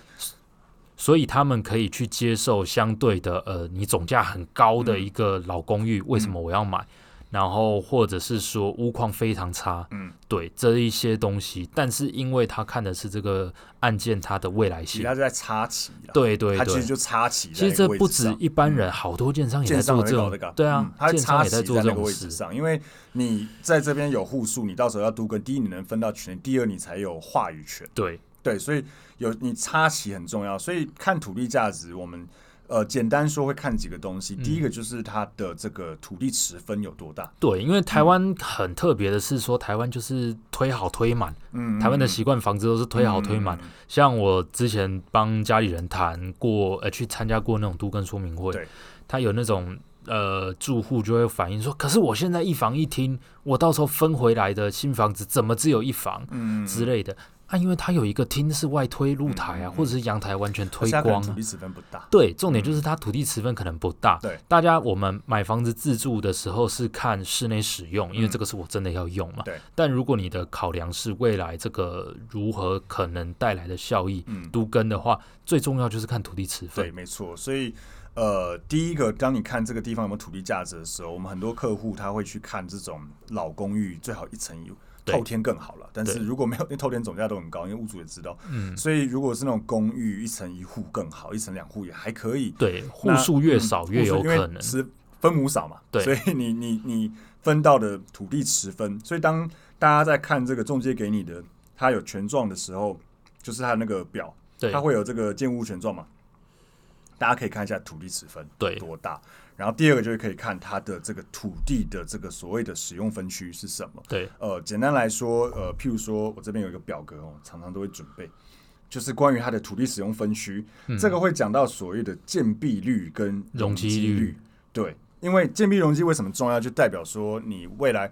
[SPEAKER 2] 所以他们可以去接受相对的呃，你总价很高
[SPEAKER 1] 嗯
[SPEAKER 2] 的一个老公寓，为什么我要买？然后或者是说屋况非常差，
[SPEAKER 1] 嗯，
[SPEAKER 2] 对这一些东西，但是因为他看的是这个案件它的未来
[SPEAKER 1] 其
[SPEAKER 2] 性，
[SPEAKER 1] 他是在插旗啦。
[SPEAKER 2] 对对
[SPEAKER 1] 它其
[SPEAKER 2] 对
[SPEAKER 1] 实，就插旗在
[SPEAKER 2] 其
[SPEAKER 1] 那个
[SPEAKER 2] 实这
[SPEAKER 1] 位置上。嗯
[SPEAKER 2] 不止一般人，好多建商也在
[SPEAKER 1] 建商
[SPEAKER 2] 做
[SPEAKER 1] 也
[SPEAKER 2] 这
[SPEAKER 1] 搞
[SPEAKER 2] 种
[SPEAKER 1] 这个，，
[SPEAKER 2] 对啊
[SPEAKER 1] 嗯，它
[SPEAKER 2] 建
[SPEAKER 1] 插
[SPEAKER 2] 商也
[SPEAKER 1] 旗
[SPEAKER 2] 在做
[SPEAKER 1] 在
[SPEAKER 2] 这
[SPEAKER 1] 那个
[SPEAKER 2] 种
[SPEAKER 1] 位置
[SPEAKER 2] 事，
[SPEAKER 1] 上，因为你在这边有户数，你到时候要都跟第一你能分到权利，第二你才有话语权。
[SPEAKER 2] 对
[SPEAKER 1] 对，所以有你插旗很重要，所以看土地价值，我们呃简单说会看几个东西，第
[SPEAKER 2] 嗯
[SPEAKER 1] 一个就是它的这个土地持分有多大，
[SPEAKER 2] 对，因为
[SPEAKER 1] 嗯
[SPEAKER 2] 台湾很特别的是说，台湾就是推好推满，
[SPEAKER 1] 嗯，
[SPEAKER 2] 台湾的习惯房子都是推好推满。
[SPEAKER 1] 嗯
[SPEAKER 2] 像我之前帮家里人谈过，呃，去参加过那种都跟说明会
[SPEAKER 1] 对，
[SPEAKER 2] 他有那种呃住户就会反映说，可是我现在一房一厅，我到时候分回来的新房子怎么只有一房
[SPEAKER 1] 嗯
[SPEAKER 2] 之类的啊？因为它有一个厅是外推露台啊，或者是阳台完全
[SPEAKER 1] 而
[SPEAKER 2] 推
[SPEAKER 1] 且它嗯可能
[SPEAKER 2] 光
[SPEAKER 1] 土
[SPEAKER 2] 啊。
[SPEAKER 1] 地持分不大，
[SPEAKER 2] 对，重点就是它土地持分可能不大。
[SPEAKER 1] 嗯对，
[SPEAKER 2] 大家我们买房子自住的时候是看室内使用，因为这个是我真的要用嘛。
[SPEAKER 1] 嗯对。
[SPEAKER 2] 但如果你的考量是未来这个如何可能带来的效益，
[SPEAKER 1] 嗯
[SPEAKER 2] 都跟的话，最重要就是看土地持
[SPEAKER 1] 对，
[SPEAKER 2] 分。
[SPEAKER 1] 没错。所以，呃，第一个，当你看这个地方有没有土地价值的时候，我们很多客户他会去看这种老公寓，最好一层一户。
[SPEAKER 2] 对
[SPEAKER 1] 透天更好了，但是
[SPEAKER 2] 对
[SPEAKER 1] 如果没有，因为透天总价都很高，因为屋主也知道，
[SPEAKER 2] 嗯，
[SPEAKER 1] 所以如果是那种公寓，一层一户更好，一层两户也还可以。
[SPEAKER 2] 对，户
[SPEAKER 1] 那嗯
[SPEAKER 2] 数越少越有可能。
[SPEAKER 1] 是分母少嘛，
[SPEAKER 2] 对
[SPEAKER 1] 所以你你你分到的土地持分，所以当大家在看这个中介给你的它有权状的时候，就是它那个表，
[SPEAKER 2] 对
[SPEAKER 1] 它会有这个建物权状嘛，大家可以看一下土地持分
[SPEAKER 2] 对
[SPEAKER 1] 多大，然后第二个就是可以看它的这个土地的这个所谓的使用分区是什么。
[SPEAKER 2] 对
[SPEAKER 1] 呃，简单来说，呃，譬如说我这边有一个表格哦，常常都会准备，就是关于它的土地使用分区，
[SPEAKER 2] 嗯
[SPEAKER 1] 这个会讲到所谓的建蔽率跟
[SPEAKER 2] 容积
[SPEAKER 1] 积
[SPEAKER 2] 率
[SPEAKER 1] 对，因为建蔽容积为什么重要，就代表说你未来，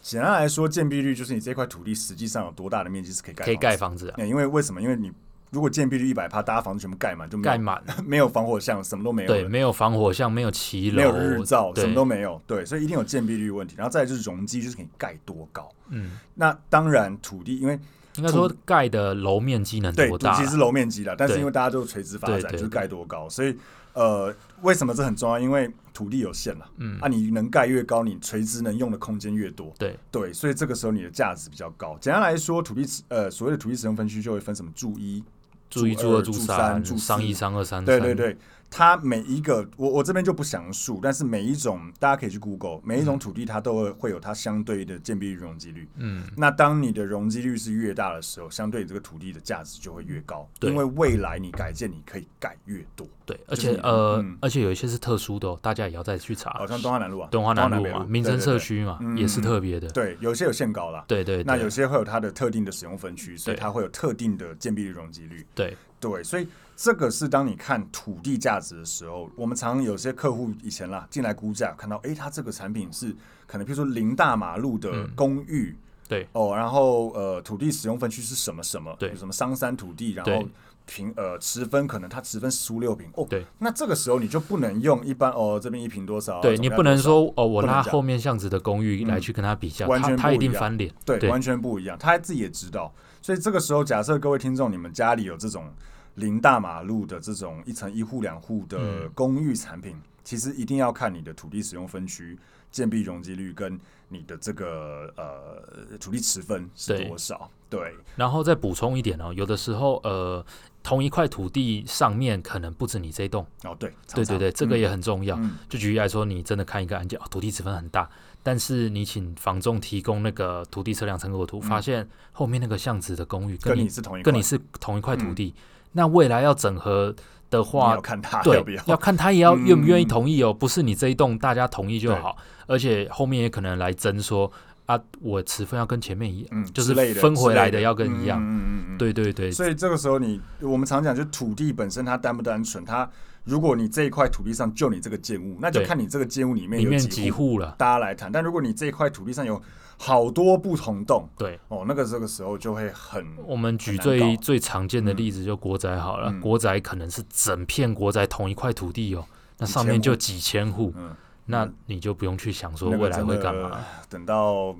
[SPEAKER 1] 简单来说，建蔽率就是你这块土地实际上有多大的面积是可以盖
[SPEAKER 2] 可以
[SPEAKER 1] 房
[SPEAKER 2] 盖
[SPEAKER 1] 子
[SPEAKER 2] 房子啊，
[SPEAKER 1] 的。因为为什么？因为你如果建蔽率一百趴，大家房子全部盖满，就没
[SPEAKER 2] 盖
[SPEAKER 1] 有
[SPEAKER 2] 满。
[SPEAKER 1] 没有防火巷，什么都没有
[SPEAKER 2] 对，
[SPEAKER 1] 了
[SPEAKER 2] 没有防火巷，没有骑楼，
[SPEAKER 1] 没有日照，什
[SPEAKER 2] 对
[SPEAKER 1] 么都没有，对，所以一定有建蔽率问题。然后再来就是容积，就是你盖多高。
[SPEAKER 2] 嗯，
[SPEAKER 1] 那当然，土地因为
[SPEAKER 2] 应该说盖的楼面积能
[SPEAKER 1] 对
[SPEAKER 2] 多
[SPEAKER 1] 土
[SPEAKER 2] 大啊
[SPEAKER 1] 地
[SPEAKER 2] 啦？
[SPEAKER 1] 是楼面积啦，但是
[SPEAKER 2] 对
[SPEAKER 1] 因为大家都垂直发
[SPEAKER 2] 对
[SPEAKER 1] 展，
[SPEAKER 2] 对
[SPEAKER 1] 就是
[SPEAKER 2] 对
[SPEAKER 1] 盖多高，所以呃，为什么这很重要？因为土地有限了，
[SPEAKER 2] 嗯
[SPEAKER 1] 啊，你能盖越高，你垂直能用的空间越多，
[SPEAKER 2] 对
[SPEAKER 1] 对，所以这个时候你的价值比较高。简单来说，土地使呃所谓的土地使用分区就会分什么住一、
[SPEAKER 2] 住一、
[SPEAKER 1] 住
[SPEAKER 2] 住
[SPEAKER 1] 二
[SPEAKER 2] 二、住
[SPEAKER 1] 住
[SPEAKER 2] 三、
[SPEAKER 1] 三住
[SPEAKER 2] 商
[SPEAKER 1] 四
[SPEAKER 2] 一、商二、商
[SPEAKER 1] 对
[SPEAKER 2] 三，
[SPEAKER 1] 对对，它每一个我我这边就不详述，但是每一种大家可以去 Google，每一种土地它都会会有它相对的建蔽率容积率。
[SPEAKER 2] 嗯，
[SPEAKER 1] 那当你的容积率是越大的时候，相对这个土地的价值就会越高，
[SPEAKER 2] 对
[SPEAKER 1] 因为未来你改建你可以盖越多，
[SPEAKER 2] 对，而
[SPEAKER 1] 就是
[SPEAKER 2] 且
[SPEAKER 1] 你
[SPEAKER 2] 呃
[SPEAKER 1] 嗯，
[SPEAKER 2] 而且有一些是特殊的哦，大家也要再去查
[SPEAKER 1] 好。像东华南路啊，
[SPEAKER 2] 东华南路
[SPEAKER 1] 北
[SPEAKER 2] 嘛，民生
[SPEAKER 1] 对对
[SPEAKER 2] 社
[SPEAKER 1] 对
[SPEAKER 2] 区嘛，
[SPEAKER 1] 嗯
[SPEAKER 2] 也是特别的。
[SPEAKER 1] 对，有些有限高啦，
[SPEAKER 2] 对对，
[SPEAKER 1] 那
[SPEAKER 2] 对
[SPEAKER 1] 有些会有它的特定的使用分区，所以
[SPEAKER 2] 对
[SPEAKER 1] 它会有特定的建蔽率容积率。
[SPEAKER 2] 对
[SPEAKER 1] 对，所以这个是当你看土地价值的时候，我们常有些客户以前啦进来估价，看到诶，它这个产品是可能譬如说零大马路的
[SPEAKER 2] 嗯
[SPEAKER 1] 公寓。
[SPEAKER 2] 对
[SPEAKER 1] 哦，然后呃，土地使用分区是什么什么？
[SPEAKER 2] 对
[SPEAKER 1] 有什么商山土地，然
[SPEAKER 2] 对
[SPEAKER 1] 后平呃持分可能它持分十五六平哦，
[SPEAKER 2] 对，
[SPEAKER 1] 那这个时候你就不能用一般哦这边一平多少，
[SPEAKER 2] 对
[SPEAKER 1] 总
[SPEAKER 2] 你
[SPEAKER 1] 量
[SPEAKER 2] 不能
[SPEAKER 1] 多少
[SPEAKER 2] 说哦，我
[SPEAKER 1] 不能
[SPEAKER 2] 拉
[SPEAKER 1] 讲
[SPEAKER 2] 后面巷子的公寓来
[SPEAKER 1] 嗯
[SPEAKER 2] 去跟他比较，
[SPEAKER 1] 完
[SPEAKER 2] 他
[SPEAKER 1] 全
[SPEAKER 2] 他
[SPEAKER 1] 不
[SPEAKER 2] 一定
[SPEAKER 1] 一样
[SPEAKER 2] 翻脸。
[SPEAKER 1] 对，
[SPEAKER 2] 对
[SPEAKER 1] 完全不一样。他自己也知道，所以这个时候，假设各位听众你们家里有这种临大马路的这种一层一户两户的
[SPEAKER 2] 嗯
[SPEAKER 1] 公寓产品，其实一定要看你的土地使用分区、建蔽容积率跟你的这个呃土地持分是
[SPEAKER 2] 对
[SPEAKER 1] 多少。对，
[SPEAKER 2] 然后再补充一点哦，有的时候呃，同一块土地上面可能不止你这一栋，
[SPEAKER 1] 哦对，常
[SPEAKER 2] 对对
[SPEAKER 1] 常
[SPEAKER 2] 对，这个
[SPEAKER 1] 嗯
[SPEAKER 2] 也很重要。
[SPEAKER 1] 嗯
[SPEAKER 2] 就举例来说，你真的看一个案件，哦，土地持分很大，但是你请房仲提供那个土地测量成果图，发现后面那个巷子的公寓
[SPEAKER 1] 嗯
[SPEAKER 2] 跟
[SPEAKER 1] 跟
[SPEAKER 2] 你
[SPEAKER 1] 你是同一
[SPEAKER 2] 跟
[SPEAKER 1] 块
[SPEAKER 2] 你是同一块土地，那未来要整合的
[SPEAKER 1] 你
[SPEAKER 2] 话
[SPEAKER 1] 要，看他
[SPEAKER 2] 对
[SPEAKER 1] 要不要，
[SPEAKER 2] 要看他也要
[SPEAKER 1] 嗯
[SPEAKER 2] 愿不愿意同意哦，不是你这一栋大家同意就好，而且后面也可能来争说啊，我持分要跟前面一样，
[SPEAKER 1] 嗯，
[SPEAKER 2] 就是
[SPEAKER 1] 之类的
[SPEAKER 2] 分回
[SPEAKER 1] 之
[SPEAKER 2] 来
[SPEAKER 1] 类
[SPEAKER 2] 的要跟一样
[SPEAKER 1] 嗯嗯嗯嗯嗯
[SPEAKER 2] 对对对，
[SPEAKER 1] 所以这个时候你，我们常讲，就土地本身它单不单纯，它如果你这一块土地上就你这个建物，那就
[SPEAKER 2] 对
[SPEAKER 1] 看你这个建物里面
[SPEAKER 2] 里
[SPEAKER 1] 有
[SPEAKER 2] 面
[SPEAKER 1] 几
[SPEAKER 2] 几户了，
[SPEAKER 1] 大家来谈。但如果你这一块土地上有好多不同栋，
[SPEAKER 2] 对。
[SPEAKER 1] 哦，那个这个时候就会很
[SPEAKER 2] 我们举
[SPEAKER 1] 很难
[SPEAKER 2] 最
[SPEAKER 1] 搞
[SPEAKER 2] 最常见的
[SPEAKER 1] 嗯
[SPEAKER 2] 例子就国宅好了，
[SPEAKER 1] 嗯
[SPEAKER 2] 国宅可能是整片国宅同一块土地哦，那
[SPEAKER 1] 几
[SPEAKER 2] 上
[SPEAKER 1] 千
[SPEAKER 2] 面就
[SPEAKER 1] 户
[SPEAKER 2] 几千户，
[SPEAKER 1] 嗯，
[SPEAKER 2] 那你就不用去想说
[SPEAKER 1] 那个
[SPEAKER 2] 未来会干
[SPEAKER 1] 真
[SPEAKER 2] 嘛
[SPEAKER 1] 的。等到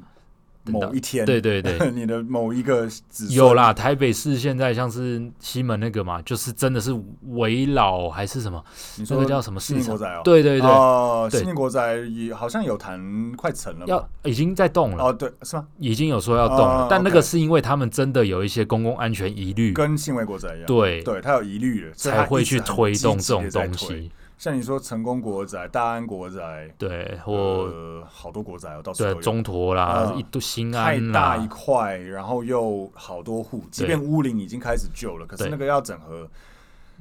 [SPEAKER 2] 等到
[SPEAKER 1] 某一天，
[SPEAKER 2] 对对对，
[SPEAKER 1] 你的某一个子孙
[SPEAKER 2] 有，啦，台北市现在像是西门那个嘛，就是真的是围老还是什么？
[SPEAKER 1] 你
[SPEAKER 2] 那
[SPEAKER 1] 说
[SPEAKER 2] 个叫什么
[SPEAKER 1] 新
[SPEAKER 2] 市
[SPEAKER 1] 民
[SPEAKER 2] 场
[SPEAKER 1] 国？宅哦，
[SPEAKER 2] 对对对，
[SPEAKER 1] 哦，
[SPEAKER 2] 对
[SPEAKER 1] 新民国宅也好像有谈快成了嘛，
[SPEAKER 2] 要已经在动了，
[SPEAKER 1] 哦，对，是吗？
[SPEAKER 2] 已经有说要动了
[SPEAKER 1] 哦，
[SPEAKER 2] 但那个
[SPEAKER 1] OK
[SPEAKER 2] 是因为他们真的有一些公共安全疑虑，
[SPEAKER 1] 跟新维国宅一样，
[SPEAKER 2] 对，
[SPEAKER 1] 对，他有疑虑了，所以
[SPEAKER 2] 才
[SPEAKER 1] 他
[SPEAKER 2] 会
[SPEAKER 1] 一直
[SPEAKER 2] 去
[SPEAKER 1] 很
[SPEAKER 2] 推
[SPEAKER 1] 积
[SPEAKER 2] 动
[SPEAKER 1] 极
[SPEAKER 2] 这种
[SPEAKER 1] 地在
[SPEAKER 2] 东
[SPEAKER 1] 推。
[SPEAKER 2] 西。
[SPEAKER 1] 像你说成功国宅、大安国宅，
[SPEAKER 2] 对，或
[SPEAKER 1] 呃，好多国宅哦，到处都
[SPEAKER 2] 对
[SPEAKER 1] 有。
[SPEAKER 2] 中陀啦，
[SPEAKER 1] 嗯
[SPEAKER 2] 一都新
[SPEAKER 1] 太
[SPEAKER 2] 安啊
[SPEAKER 1] 大一
[SPEAKER 2] 啦，
[SPEAKER 1] 块，然后又好多户，即
[SPEAKER 2] 对
[SPEAKER 1] 便乌林已经开始旧了，可是
[SPEAKER 2] 对
[SPEAKER 1] 那个要整合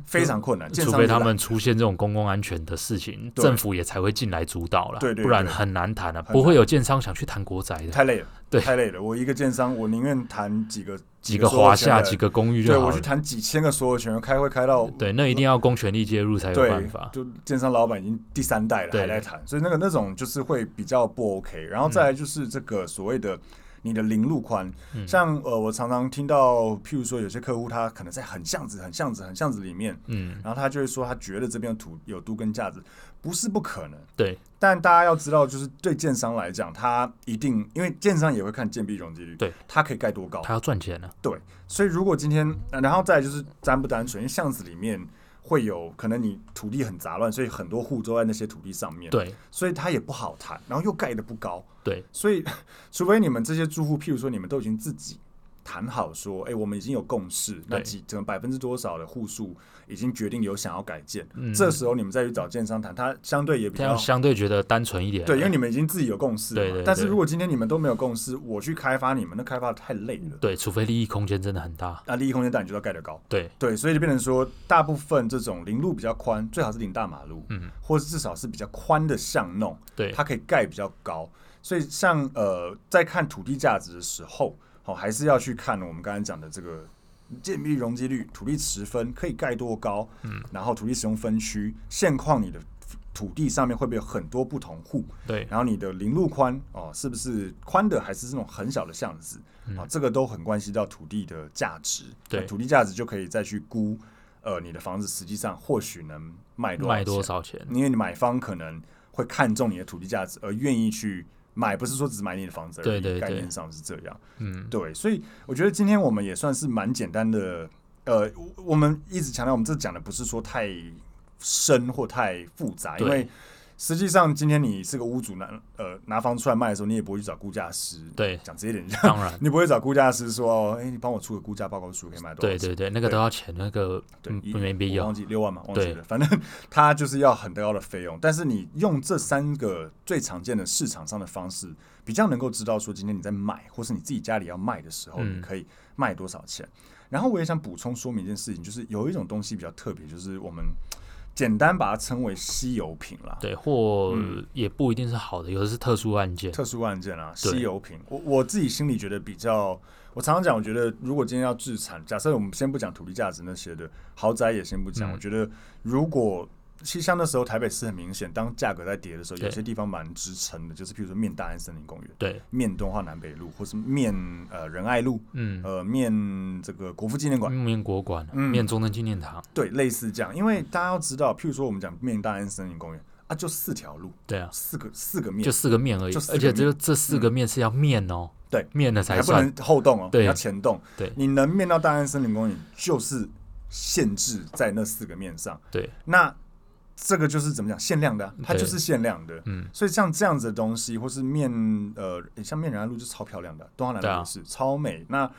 [SPEAKER 1] 非常困难，建
[SPEAKER 2] 除
[SPEAKER 1] 商
[SPEAKER 2] 非
[SPEAKER 1] 也
[SPEAKER 2] 他
[SPEAKER 1] 懒
[SPEAKER 2] 们出现这种公共安全的事情，
[SPEAKER 1] 对
[SPEAKER 2] 政府也才会进来主导啦，
[SPEAKER 1] 对对
[SPEAKER 2] 不然
[SPEAKER 1] 对
[SPEAKER 2] 很难谈啊，
[SPEAKER 1] 很
[SPEAKER 2] 不会有建商想去谈国宅的，
[SPEAKER 1] 太累了，
[SPEAKER 2] 对
[SPEAKER 1] 太累了。我一个建商，我宁愿谈几个
[SPEAKER 2] 几
[SPEAKER 1] 个
[SPEAKER 2] 个
[SPEAKER 1] 所有
[SPEAKER 2] 华
[SPEAKER 1] 权
[SPEAKER 2] 夏
[SPEAKER 1] 人
[SPEAKER 2] 几个公寓
[SPEAKER 1] 对
[SPEAKER 2] 就好
[SPEAKER 1] 我去
[SPEAKER 2] 了。
[SPEAKER 1] 谈几千个所有权人，开会开到
[SPEAKER 2] 对，那一定要公权力介入才有
[SPEAKER 1] 嗯对
[SPEAKER 2] 办法，。
[SPEAKER 1] 就建商老板已经第三代了，
[SPEAKER 2] 对
[SPEAKER 1] 还在谈，所以那个那种就是会比较不 OK。然后再来就是这个所谓的你的零路宽，
[SPEAKER 2] 嗯
[SPEAKER 1] 像呃，我常常听到，譬如说有些客户他可能在很巷子、很巷子、很巷子里面，
[SPEAKER 2] 嗯，
[SPEAKER 1] 然后他就会说他觉得这边有土有都跟价值，不是不可能。
[SPEAKER 2] 对
[SPEAKER 1] 但大家要知道，就是对建商来讲，他一定因为建商也会看建蔽容积率，
[SPEAKER 2] 对，
[SPEAKER 1] 它可以盖多高，
[SPEAKER 2] 他要赚钱啊，
[SPEAKER 1] 对，所以如果今天，呃然后再来就是单不单纯，因为巷子里面会有可能你土地很杂乱，所以很多户都在那些土地上面，，
[SPEAKER 2] 对
[SPEAKER 1] 所以它也不好谈，然后又盖的不高，
[SPEAKER 2] 对
[SPEAKER 1] 所以 除非你们这些住户，譬如说你们都已经自己谈好说，哎、我们已经有共识，那
[SPEAKER 2] 对
[SPEAKER 1] 几可能百分之多少的户数已经决定有想要改建，
[SPEAKER 2] 嗯
[SPEAKER 1] 这时候你们再去找建商谈，它相对也比
[SPEAKER 2] 这样
[SPEAKER 1] 较。
[SPEAKER 2] 相对觉得单纯一点。
[SPEAKER 1] 对，因为你们已经自己有共识了嘛
[SPEAKER 2] 对对对
[SPEAKER 1] 但是如果今天你们都没有共识，我去开发你们，那开发得太累了。
[SPEAKER 2] 对，除非利益空间真的很大，
[SPEAKER 1] 那利益空间当然就要盖得高。
[SPEAKER 2] 对
[SPEAKER 1] 对，所以就变成说，大部分这种林路比较宽，最好是林大马路，
[SPEAKER 2] 嗯，
[SPEAKER 1] 或者至少是比较宽的巷弄，
[SPEAKER 2] 对
[SPEAKER 1] 它可以盖比较高。所以像呃，在看土地价值的时候，哦，还是要去看我们刚才讲的这个建蔽容积率、土地持分可以盖多高，嗯，然后土地使用分区现况，你的土地上面会不会有很多不同户，
[SPEAKER 2] 对
[SPEAKER 1] 然后你的林路宽哦，是不是宽的还是这种很小的巷子啊、这个都很关系到土地的价值。
[SPEAKER 2] 嗯对
[SPEAKER 1] 那土地价值就可以再去估，呃，你的房子实际上或许能卖多少
[SPEAKER 2] 卖多
[SPEAKER 1] 钱，
[SPEAKER 2] 少钱？
[SPEAKER 1] 因为你买方可能会看中你的土地价值而愿意去买，不是说只买你的房子而已，
[SPEAKER 2] 对对对
[SPEAKER 1] 概念上是这样。
[SPEAKER 2] 嗯，
[SPEAKER 1] 对，所以我觉得今天我们也算是蛮简单的。呃，我我们一直强调，我们这讲的不是说太深或太复杂，因
[SPEAKER 2] 对
[SPEAKER 1] 为实际上今天你是个屋主拿呃拿房出来卖的时候，你也不会去找估价师，
[SPEAKER 2] 对
[SPEAKER 1] 讲直接点，，
[SPEAKER 2] 当然
[SPEAKER 1] 你不会找估价师说，哦，哎、你帮我出个估价报告书，可以卖多少
[SPEAKER 2] 对
[SPEAKER 1] 钱？
[SPEAKER 2] 对对，那个
[SPEAKER 1] 对
[SPEAKER 2] 都要钱，那个
[SPEAKER 1] 对
[SPEAKER 2] 嗯
[SPEAKER 1] 一
[SPEAKER 2] 不没必
[SPEAKER 1] 我
[SPEAKER 2] 要
[SPEAKER 1] 忘。记六万嘛，忘记
[SPEAKER 2] 对
[SPEAKER 1] 了。反正 它就是要很高的费用，但是你用这三个最常见的市场上的方式，比较能够知道说今天你在买，或是你自己家里要卖的时候，
[SPEAKER 2] 嗯
[SPEAKER 1] 你可以卖多少钱。然后我也想补充说明一件事情，就是有一种东西比较特别，就是我们简单把它称为稀有品啦。
[SPEAKER 2] 对，或也不一定是好的，有的是特殊案件。
[SPEAKER 1] 嗯特殊案件啊，
[SPEAKER 2] 对
[SPEAKER 1] 稀有品。我我自己心里觉得比较，我常常讲，我觉得如果今天要制产，假设我们先不讲土地价值那些的，豪宅也先不讲。
[SPEAKER 2] 嗯
[SPEAKER 1] 我觉得如果其实像那时候台北市很明显，当价格在跌的时候，
[SPEAKER 2] 对
[SPEAKER 1] 有些地方蛮支撑的，就是譬如说面大安森林公园、
[SPEAKER 2] 对，
[SPEAKER 1] 面东华南北路，或是面呃仁爱路，
[SPEAKER 2] 嗯，
[SPEAKER 1] 呃面这个国父纪念馆，
[SPEAKER 2] 面国馆、
[SPEAKER 1] 呃
[SPEAKER 2] 啊
[SPEAKER 1] 嗯
[SPEAKER 2] 面中正纪念堂，
[SPEAKER 1] 对，类似这样。因为大家要知道，譬如说我们讲面大安森林公园啊，就四条路，
[SPEAKER 2] 对啊，
[SPEAKER 1] 四个四个面，
[SPEAKER 2] 就四个面而已
[SPEAKER 1] 就四，个
[SPEAKER 2] 而且
[SPEAKER 1] 面嗯
[SPEAKER 2] 这这四个面是要面哦，
[SPEAKER 1] 对，
[SPEAKER 2] 面了
[SPEAKER 1] 还
[SPEAKER 2] 才
[SPEAKER 1] 不
[SPEAKER 2] 算
[SPEAKER 1] 能。后动哦，
[SPEAKER 2] 对
[SPEAKER 1] 你要前动。
[SPEAKER 2] 对
[SPEAKER 1] 你能面到大安森林公园，就是限制在那四个面上。
[SPEAKER 2] 对，
[SPEAKER 1] 那这个就是怎么讲，限量的啊、它
[SPEAKER 2] 对
[SPEAKER 1] 就是限量的。
[SPEAKER 2] 嗯，
[SPEAKER 1] 所以像这样子的东西，或是面呃，诶像面仁爱路就超漂亮的，东华南
[SPEAKER 2] 对
[SPEAKER 1] 路
[SPEAKER 2] 啊
[SPEAKER 1] 也是、超美。那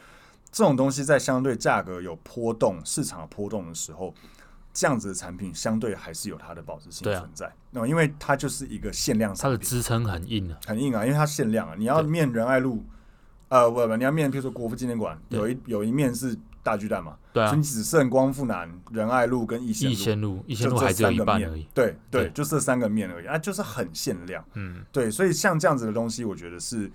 [SPEAKER 1] 这种东西在相对价格有波动、市场有波动的时候，这样子的产品相对还是有它的保值性
[SPEAKER 2] 对啊
[SPEAKER 1] 存在。那、因为它就是一个限量
[SPEAKER 2] 它
[SPEAKER 1] 产
[SPEAKER 2] 的
[SPEAKER 1] 品，
[SPEAKER 2] 支撑很硬啊。
[SPEAKER 1] 很硬啊，因为它限量啊，你要
[SPEAKER 2] 对
[SPEAKER 1] 面仁爱路，呃，不不，你要面，比如说国父纪念馆，
[SPEAKER 2] 对
[SPEAKER 1] 有一有一面是大巨蛋嘛，
[SPEAKER 2] 对
[SPEAKER 1] 所
[SPEAKER 2] 啊
[SPEAKER 1] 以你，只剩光复南、仁爱路跟逸
[SPEAKER 2] 逸
[SPEAKER 1] 仙路，
[SPEAKER 2] 仙路，逸仙
[SPEAKER 1] 就
[SPEAKER 2] 路
[SPEAKER 1] 这
[SPEAKER 2] 还只有
[SPEAKER 1] 三
[SPEAKER 2] 一
[SPEAKER 1] 个
[SPEAKER 2] 半
[SPEAKER 1] 面
[SPEAKER 2] 而已。
[SPEAKER 1] 对对
[SPEAKER 2] 对
[SPEAKER 1] 就这三个面而已，啊，就是很限量，
[SPEAKER 2] 嗯，
[SPEAKER 1] 对，所以像这样子的东西，我觉得是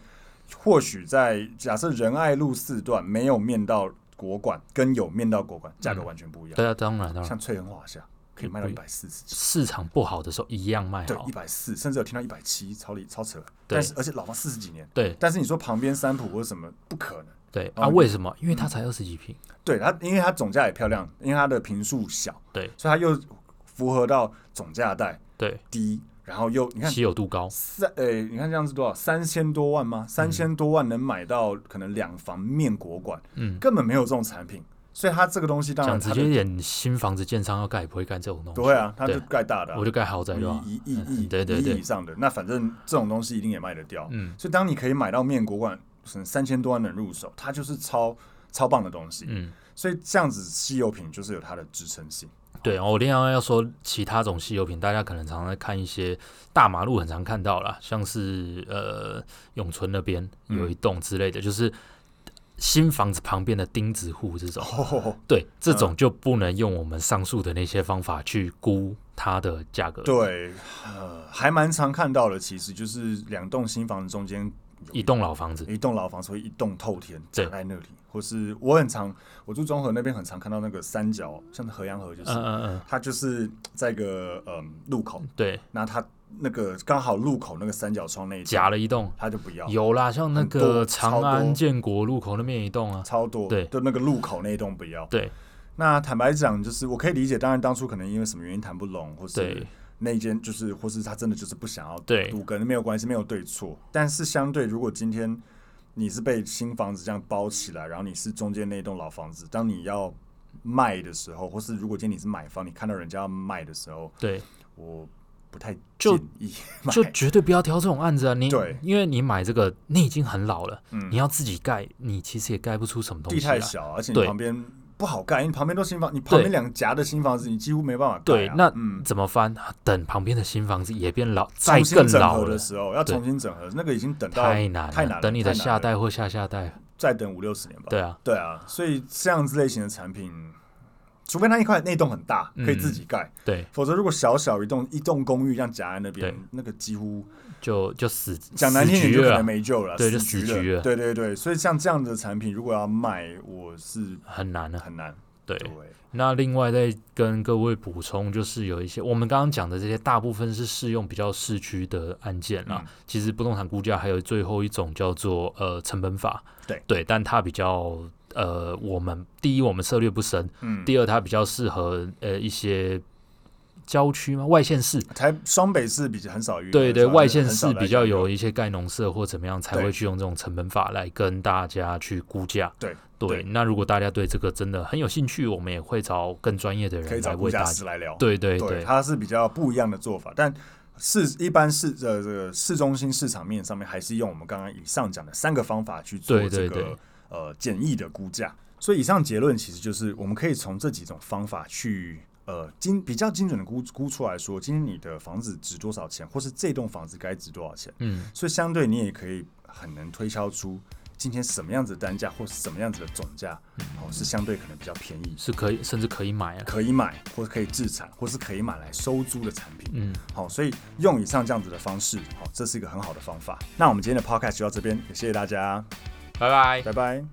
[SPEAKER 1] 或许在假设仁爱路四段没有面到国馆，跟有面到国馆价格完全不一样，
[SPEAKER 2] 嗯对啊，当然当然，
[SPEAKER 1] 像翠恒华夏可以卖到一百四十几。
[SPEAKER 2] 市场不好的时候一样卖
[SPEAKER 1] 对，
[SPEAKER 2] 好
[SPEAKER 1] 一。百四，甚至有听到一百七，超离超扯。
[SPEAKER 2] 对
[SPEAKER 1] 但是而且老房四十几年，
[SPEAKER 2] 对
[SPEAKER 1] 但是你说旁边三浦或者什么，不可能。
[SPEAKER 2] 对
[SPEAKER 1] 然
[SPEAKER 2] 啊，
[SPEAKER 1] 后
[SPEAKER 2] 为什么？因
[SPEAKER 1] 嗯
[SPEAKER 2] 为它才二十几平。
[SPEAKER 1] 对它，因为它总价也漂亮，因为它的平数小，
[SPEAKER 2] 对
[SPEAKER 1] 所以它又符合到总价带
[SPEAKER 2] 对，
[SPEAKER 1] 低，然后又你看
[SPEAKER 2] 稀有度高。
[SPEAKER 1] 三，呃、你看这样是多少？三千多万
[SPEAKER 2] 嗯
[SPEAKER 1] 吗？三千多万能买到可能两房面国馆，
[SPEAKER 2] 嗯，
[SPEAKER 1] 根本没有这种产品，所以它这个东西当然
[SPEAKER 2] 讲直
[SPEAKER 1] 它
[SPEAKER 2] 接
[SPEAKER 1] 就
[SPEAKER 2] 一点，新房子建商要盖也不会干这种东西。
[SPEAKER 1] 不会啊，它
[SPEAKER 2] 对
[SPEAKER 1] 就盖大的啊、
[SPEAKER 2] 我就盖豪宅就好。
[SPEAKER 1] 一亿亿亿
[SPEAKER 2] 嗯对对
[SPEAKER 1] 一
[SPEAKER 2] 对
[SPEAKER 1] 亿以上的，那反正这种东西一定也卖得掉。
[SPEAKER 2] 嗯
[SPEAKER 1] 所以当你可以买到面国馆，可能三千多万能入手，它就是超超棒的东西。
[SPEAKER 2] 嗯，
[SPEAKER 1] 所以这样子稀有品就是有它的支撑性。
[SPEAKER 2] 对，哦我另外要说其他种稀有品，大家可能常常在看一些大马路很常看到啦，像是呃永春那边
[SPEAKER 1] 嗯
[SPEAKER 2] 有一栋之类的，就是新房子旁边的钉子户这种。
[SPEAKER 1] 哦，
[SPEAKER 2] 对，这种就不能用我们上述的那些方法去估它的价格。
[SPEAKER 1] 对，呃，还蛮常看到的，其实就是两栋新房子中间有
[SPEAKER 2] 一栋老房子，
[SPEAKER 1] 一栋老房子，所以一栋透天
[SPEAKER 2] 对
[SPEAKER 1] 长在那里，或是我很常我住中和那边很常看到那个三角，像河阳河就是。
[SPEAKER 2] 嗯嗯嗯，
[SPEAKER 1] 它就是在一个嗯路口，
[SPEAKER 2] 对，
[SPEAKER 1] 那它那个刚好路口那个三角窗那一
[SPEAKER 2] 夹
[SPEAKER 1] 家，
[SPEAKER 2] 了一栋，
[SPEAKER 1] 他就不要，
[SPEAKER 2] 有啦，像那
[SPEAKER 1] 很多
[SPEAKER 2] 个
[SPEAKER 1] 超
[SPEAKER 2] 长安
[SPEAKER 1] 多
[SPEAKER 2] 建国路口那边有一栋啊，
[SPEAKER 1] 超多，
[SPEAKER 2] 对
[SPEAKER 1] 就那个路口那一栋不要。
[SPEAKER 2] 对
[SPEAKER 1] 那坦白讲，就是我可以理解，当然当初可能因为什么原因谈不拢，或是
[SPEAKER 2] 对
[SPEAKER 1] 那一间就是，或是他真的就是不想要
[SPEAKER 2] 对
[SPEAKER 1] 赌跟没有关系，没有对错。但是相对，如果今天你是被新房子这样包起来，然后你是中间那栋老房子，当你要卖的时候，或是如果今天你是买方，你看到人家要卖的时候，
[SPEAKER 2] 对，
[SPEAKER 1] 我不太
[SPEAKER 2] 就
[SPEAKER 1] 建议买。
[SPEAKER 2] 就绝对不要挑这种案子啊！你
[SPEAKER 1] 对
[SPEAKER 2] 因为你买这个，你已经很老了，
[SPEAKER 1] 嗯
[SPEAKER 2] 你要自己盖，你其实也盖不出什么东
[SPEAKER 1] 地
[SPEAKER 2] 西来。
[SPEAKER 1] 太
[SPEAKER 2] 啊
[SPEAKER 1] 小，而且
[SPEAKER 2] 对
[SPEAKER 1] 你旁边不好盖，因为旁边都新房，你旁边两夹的新房子，你几乎没办法盖
[SPEAKER 2] 对，
[SPEAKER 1] 啊、
[SPEAKER 2] 那
[SPEAKER 1] 嗯，
[SPEAKER 2] 怎么翻？啊等旁边的新房子也变老，再
[SPEAKER 1] 重
[SPEAKER 2] 更
[SPEAKER 1] 新整
[SPEAKER 2] 老
[SPEAKER 1] 合
[SPEAKER 2] 了
[SPEAKER 1] 的，时候要
[SPEAKER 2] 对
[SPEAKER 1] 重新整合，那个已经等到
[SPEAKER 2] 太难了。
[SPEAKER 1] 太难了
[SPEAKER 2] 等你的
[SPEAKER 1] 太难
[SPEAKER 2] 下
[SPEAKER 1] 了
[SPEAKER 2] 代或下下代，
[SPEAKER 1] 再等五六十年吧。
[SPEAKER 2] 对啊，
[SPEAKER 1] 对啊，所以这样子类型的产品，除非那一块那栋很大，
[SPEAKER 2] 嗯
[SPEAKER 1] 可以自己盖，
[SPEAKER 2] 对，
[SPEAKER 1] 否则如果小小一栋一栋公寓这样夹在那
[SPEAKER 2] 对
[SPEAKER 1] 边，那个几乎
[SPEAKER 2] 就就死
[SPEAKER 1] 讲难听
[SPEAKER 2] 死
[SPEAKER 1] 点
[SPEAKER 2] 局
[SPEAKER 1] 就可
[SPEAKER 2] 了
[SPEAKER 1] 能，没救了，
[SPEAKER 2] 对就
[SPEAKER 1] 死
[SPEAKER 2] 死局了
[SPEAKER 1] 对对对，所以像这样的产品，如果要卖，我是
[SPEAKER 2] 很难啊。
[SPEAKER 1] 很难。
[SPEAKER 2] 对，
[SPEAKER 1] 对，
[SPEAKER 2] 那另外再跟各位补充，就是有一些我们刚刚讲的这些，大部分是适用比较市区的案件啦。
[SPEAKER 1] 嗯
[SPEAKER 2] 其实不动产估价还有最后一种叫做呃成本法，
[SPEAKER 1] 对
[SPEAKER 2] 对，但它比较呃，我们第一我们涉略不深，
[SPEAKER 1] 嗯，
[SPEAKER 2] 第二它比较适合呃一些郊区吗？外县市，
[SPEAKER 1] 台双北市比较很少遇到，
[SPEAKER 2] 对对，
[SPEAKER 1] 是吧
[SPEAKER 2] 外县
[SPEAKER 1] 很少
[SPEAKER 2] 市
[SPEAKER 1] 来
[SPEAKER 2] 比较
[SPEAKER 1] 看
[SPEAKER 2] 有一些盖农舍或怎么样才
[SPEAKER 1] 对
[SPEAKER 2] 会去用这种成本法来跟大家去估价。
[SPEAKER 1] 对对
[SPEAKER 2] 对，那如果大家对这个真的很有兴趣，我们也会找更专业的
[SPEAKER 1] 可以
[SPEAKER 2] 人来
[SPEAKER 1] 找估
[SPEAKER 2] 为大
[SPEAKER 1] 价
[SPEAKER 2] 家。
[SPEAKER 1] 师来聊，
[SPEAKER 2] 对对
[SPEAKER 1] 对，
[SPEAKER 2] 对，
[SPEAKER 1] 它是比较不一样的做法，但。市一般市呃这个市中心市场面上面还是用我们刚刚以上讲的三个方法去做
[SPEAKER 2] 对
[SPEAKER 1] 这
[SPEAKER 2] 对
[SPEAKER 1] 个
[SPEAKER 2] 对
[SPEAKER 1] 呃简易的估价，所以以上结论其实就是我们可以从这几种方法去呃精比较精准的估估出来说，今天你的房子值多少钱，或是这栋房子该值多少钱。
[SPEAKER 2] 嗯，
[SPEAKER 1] 所以相对你也可以很能推敲出今天什么样子的单价或是什么样子的总价，
[SPEAKER 2] 嗯
[SPEAKER 1] 哦，是相对可能比较便宜，
[SPEAKER 2] 是可以，甚至可以买啊了。
[SPEAKER 1] 可以买或可以自产或是可以买来收租的产品。
[SPEAKER 2] 嗯，
[SPEAKER 1] 好，所以用以上这样子的方式，好，这是一个很好的方法。那我们今天的 podcast 就到这边，也谢谢大家，
[SPEAKER 2] 拜拜。
[SPEAKER 1] 拜拜。